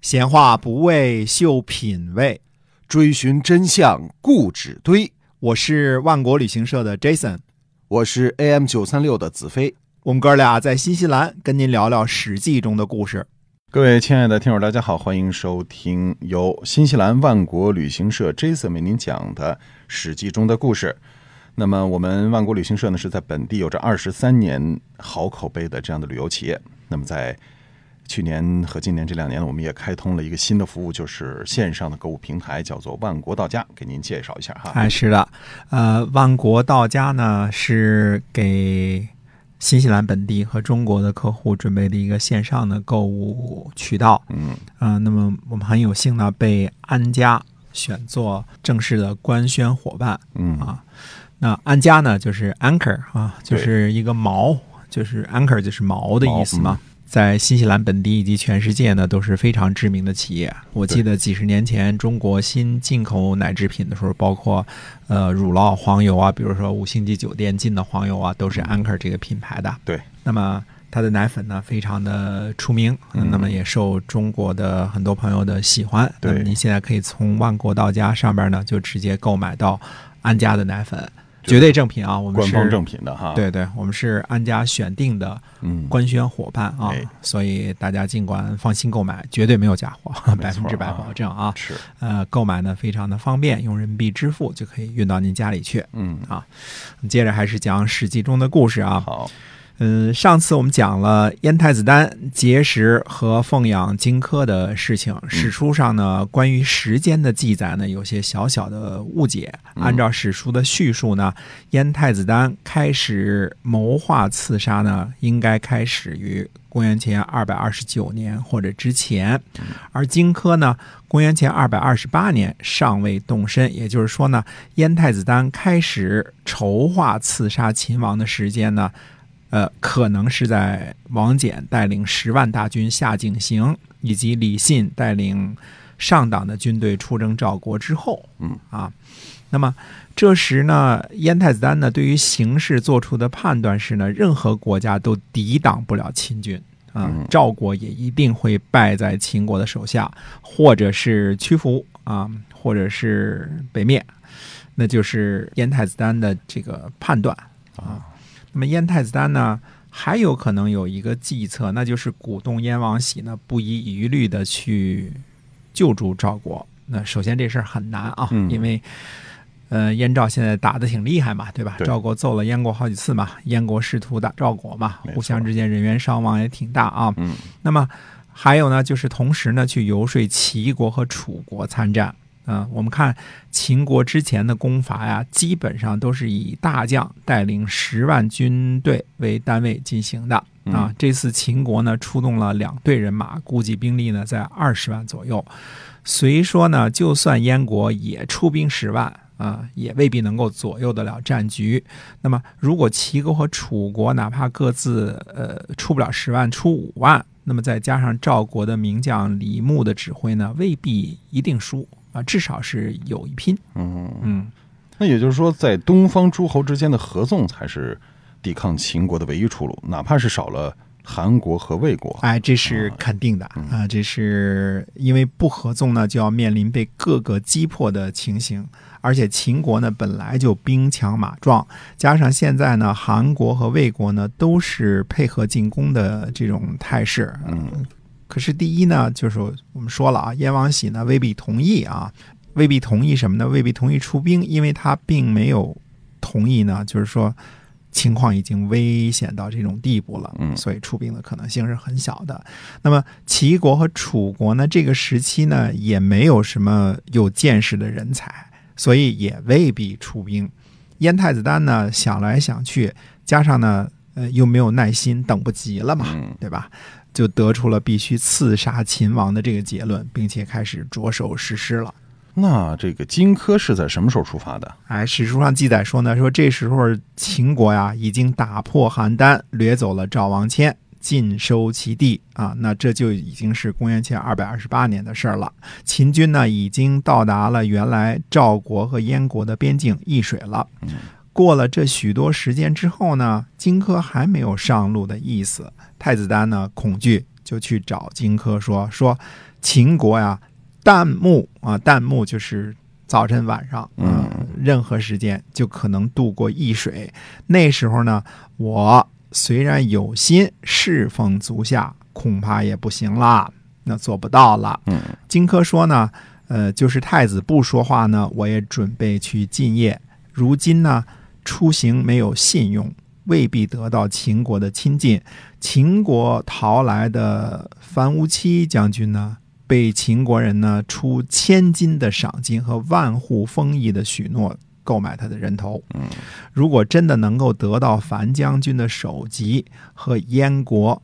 闲话不为秀品味，追寻真相固执堆。我是万国旅行社的 Jason，我是 AM 九三六的子飞。我们哥俩在新西兰跟您聊聊《史记》中的故事。各位亲爱的听友，大家好，欢迎收听由新西兰万国旅行社 Jason 为您讲的《史记》中的故事。那么，我们万国旅行社呢是在本地有着二十三年好口碑的这样的旅游企业。那么，在去年和今年这两年呢，我们也开通了一个新的服务，就是线上的购物平台，叫做万国到家，给您介绍一下哈。哎，是的，呃，万国到家呢是给新西兰本地和中国的客户准备的一个线上的购物渠道。嗯，啊、那么我们很有幸呢被安家选作正式的官宣伙伴。嗯啊，那安家呢就是 anchor 啊，就是一个锚，就是 anchor 就是锚的意思嘛。在新西兰本地以及全世界呢都是非常知名的企业。我记得几十年前中国新进口奶制品的时候，包括呃乳酪、黄油啊，比如说五星级酒店进的黄油啊，都是 Anchor 这个品牌的。对，那么它的奶粉呢，非常的出名，嗯那么也受中国的很多朋友的喜欢。对那么您现在可以从万国到家上边呢，就直接购买到安家的奶粉，就是绝对正品啊！我们官是方正品的啊哈。，对对，我们是安家选定的嗯，官宣伙伴啊，哎所以大家尽管放心购买，绝对没有假货，百没错分啊之百保证啊。是，呃，购买呢非常的方便，用人民币支付就可以运到您家里去。啊嗯，接着还是讲《史记》中的故事啊。好，嗯，上次我们讲了燕太子丹结石和奉养荆轲的事情，史书上呢关于时间的记载呢有些小小的误解。嗯按照史书的叙述呢，燕太子丹开始谋划刺杀呢，应该开始于公元前二百二十九年或者之前，而荆轲呢，公元前二百二十八年尚未动身，也就是说呢，燕太子丹开始筹划刺杀秦王的时间呢，呃，可能是在王翦带领十万大军下井陉，以及李信带领上党的军队出征赵国之后。嗯啊，那么这时呢，燕太子丹呢对于形势做出的判断是呢，任何国家都抵挡不了秦军。啊嗯，赵国也一定会败在秦国的手下，或者是屈服啊，或者是北灭，那就是燕太子丹的这个判断。啊，那么燕太子丹呢，还有可能有一个计策，那就是鼓动燕王喜呢不遗余力的去救助赵国。那首先这事儿很难啊，嗯因为呃燕赵现在打得挺厉害嘛，对吧？对赵国揍了燕国好几次嘛，燕国试图打赵国嘛没，错互相之间人员伤亡也挺大啊。嗯那么还有呢，就是同时呢，去游说齐国和楚国参战。啊、我们看秦国之前的攻伐呀，基本上都是以大将带领十万军队为单位进行的啊嗯。这次秦国呢，出动了两队人马，估计兵力呢在二十万左右。虽说呢，就算燕国也出兵十万啊，也未必能够左右得了战局。那么，如果齐国和楚国哪怕各自呃出不了十万，出五万，那么再加上赵国的名将李牧的指挥呢，未必一定输啊，至少是有一拼。嗯，嗯，那也就是说，在东方诸侯之间的合纵才是抵抗秦国的唯一出路，哪怕是少了韩国和魏国。哎，这是肯定的啊，这是因为不合纵呢，就要面临被各个击破的情形。而且秦国呢本来就兵强马壮，加上现在呢韩国和魏国呢都是配合进攻的这种态势，嗯可是第一呢，就是我们说了啊，燕王喜呢未必同意啊，未必同意什么呢？未必同意出兵，因为他并没有同意呢，就是说情况已经危险到这种地步了，嗯所以出兵的可能性是很小的。那么齐国和楚国呢，这个时期呢也没有什么有见识的人才，所以也未必出兵。燕太子丹呢想来想去，加上呢呃又没有耐心，等不及了嘛，嗯对吧？就得出了必须刺杀秦王的这个结论，并且开始着手实施了。那这个荆轲是在什么时候出发的？哎，史书上记载说呢，说这时候秦国呀已经打破邯郸，掠走了赵王迁，尽收其地啊。那这就已经是公元前二百二十八年的事儿了。秦军呢已经到达了原来赵国和燕国的边境易水了。过了这许多时间之后呢，荆轲还没有上路的意思。太子丹呢恐惧，就去找荆轲说说秦国呀，旦暮啊，旦暮就是早晨晚上，嗯呃任何时间就可能渡过易水。那时候呢，我虽然有心侍奉足下，恐怕也不行啦，那做不到了。嗯，荆轲说呢，呃，就是太子不说话呢，我也准备去进谒。如今呢，出行没有信用，未必得到秦国的亲近。秦国逃来的樊无期将军呢，被秦国人呢出千金的赏金和万户封邑的许诺购买他的人头。嗯，如果真的能够得到樊将军的首级和燕国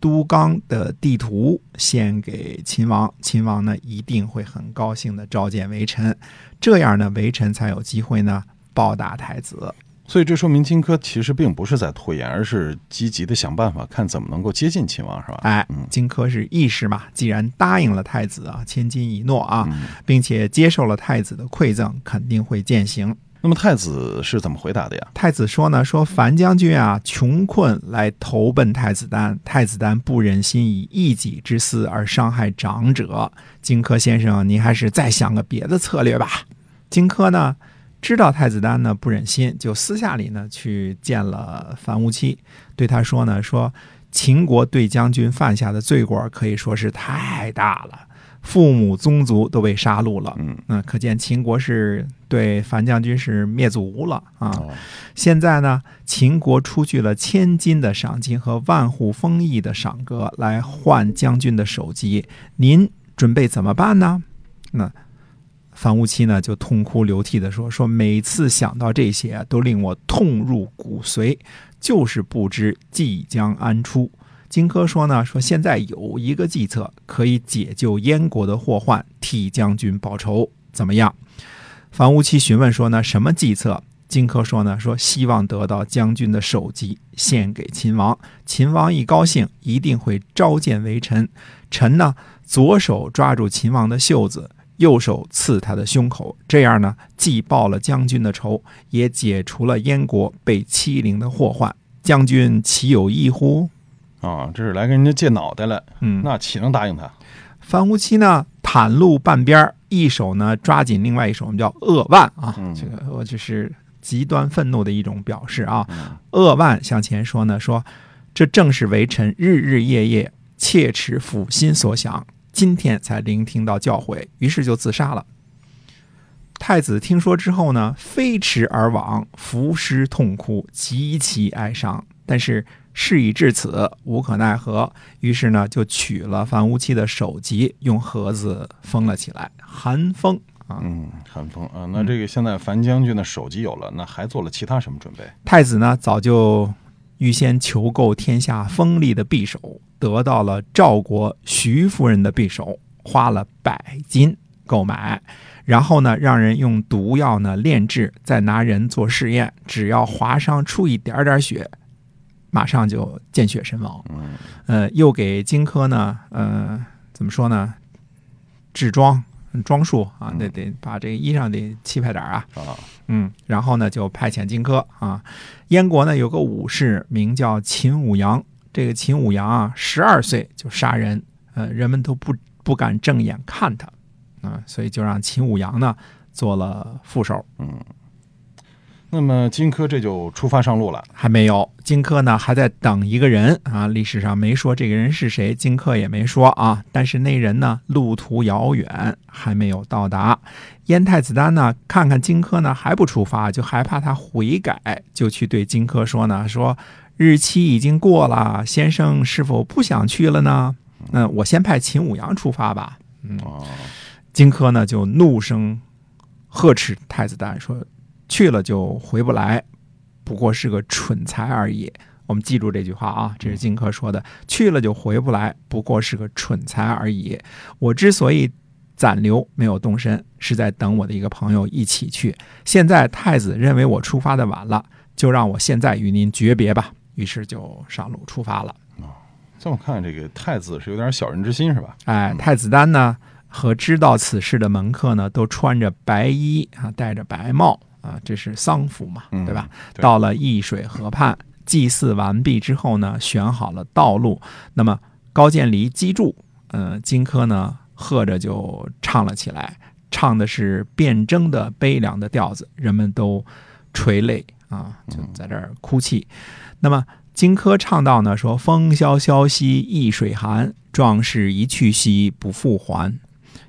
都纲的地图献给秦王，秦王呢一定会很高兴的召见微臣，这样呢，微臣才有机会呢报答太子。所以这说明荆轲其实并不是在拖延，而是积极的想办法，看怎么能够接近秦王，是吧？哎嗯，荆轲是义士嘛，既然答应了太子啊，千金一诺啊，嗯并且接受了太子的馈赠，肯定会践行。那么太子是怎么回答的呀？太子说呢，说樊将军啊，穷困来投奔太子丹，太子丹不忍心以一己之私而伤害长者。荆轲先生，您还是再想个别的策略吧。荆轲呢，知道太子丹呢不忍心，就私下里呢去见了樊无期，对他说呢，说秦国对将军犯下的罪过可以说是太大了，父母宗族都被杀戮了。嗯，嗯，可见秦国是对樊将军是灭族了啊。哦，现在呢，秦国出具了千金的赏金和万户封邑的赏格来换将军的首级，您准备怎么办呢？那樊无期呢就痛哭流涕地说：“说每次想到这些，都令我痛入骨髓，就是不知即将安出。”荆轲说呢：“说现在有一个计策，可以解救燕国的祸患，替将军报仇，怎么样？”樊无期询问说呢：“什么计策？”荆轲说呢，说希望得到将军的首级献给秦王，秦王一高兴，一定会召见微臣。臣呢，左手抓住秦王的袖子，右手刺他的胸口，这样呢，既报了将军的仇，也解除了燕国被欺凌的祸患。将军岂有异乎？啊，这是来跟人家借脑袋了，嗯，那岂能答应他？樊无期呢，袒露半边儿，一手呢抓紧另外一手，我们叫扼腕啊。嗯这个我就是极端愤怒的一种表示啊嗯。扼腕向前说呢，说这正是为臣日日夜夜切齿抚心所想，今天才聆听到教诲，于是就自杀了。太子听说之后呢，飞驰而往，伏尸痛哭，极其哀伤。但是事已至此，无可奈何，于是呢，就取了樊无期的首级，用盒子封了起来，寒封啊。嗯，韩风啊，那这个现在樊将军的首级有了，那还做了其他什么准备？太子呢，早就预先求购天下锋利的匕首，得到了赵国徐夫人的匕首，花了百金购买。然后呢，让人用毒药呢炼制，再拿人做试验，只要划伤出一点点血，马上就见血身亡。嗯呃，又给荆轲呢，呃，怎么说呢，制装装束啊，嗯得得把这个衣裳得气派点儿啊，啊，嗯，然后呢就派遣荆轲啊。燕国呢有个武士名叫秦舞阳，这个秦舞阳啊，十二岁就杀人，呃，人们都不不敢正眼看他啊、所以就让秦舞阳呢做了副手。嗯。那么荆轲这就出发上路了。还没有。荆轲呢还在等一个人啊，历史上没说这个人是谁，荆轲也没说啊。但是那人呢，路途遥远，还没有到达。燕太子丹呢，看看荆轲呢还不出发，就害怕他悔改，就去对荆轲说呢，说日期已经过了，先生是否不想去了呢？那我先派秦舞阳出发吧。哦，荆轲呢就怒声呵斥太子丹说：“去了就回不来，不过是个蠢材而已。”我们记住这句话啊，这是荆轲说的：“去了就回不来，不过是个蠢材而已。”我之所以暂留没有动身，是在等我的一个朋友一起去。现在太子认为我出发的晚了，就让我现在与您诀别吧。于是就上路出发了。这么看，这个太子是有点小人之心，是吧？哎，嗯太子丹呢和知道此事的门客呢，都穿着白衣啊，戴着白帽啊，这是丧服嘛，嗯对吧？对到了易水河畔，祭祀完毕之后呢，选好了道路，那么高渐离击筑，嗯、荆轲呢喝着就唱了起来，唱的是辩证的悲凉的调子，人们都垂泪啊，就嗯在这儿哭泣。那么荆轲唱到呢，说风萧萧兮易水寒，壮士一去兮不复还。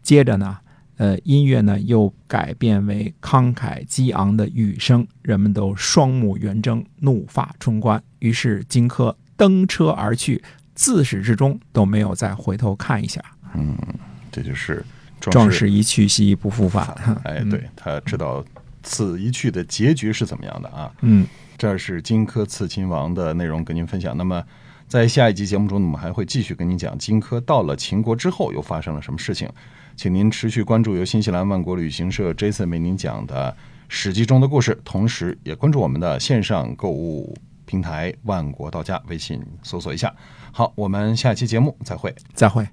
接着呢，呃，音乐呢又改变为慷慨激昂的雨声，人们都双目圆睁，怒发冲冠。于是荆轲登车而去，自始至终都没有再回头看一下。这就是壮士一去兮不复返。哎，对他知道此一去的结局是怎么样的啊？嗯，这是荆轲刺秦王的内容跟您分享。那么，在下一集节目中，我们还会继续跟您讲荆轲到了秦国之后又发生了什么事情，请您持续关注由新西兰万国旅行社 Jason 为您讲的《史记》中的故事，同时也关注我们的线上购物平台“万国到家”，微信搜索一下。好，我们下期节目再会。再会。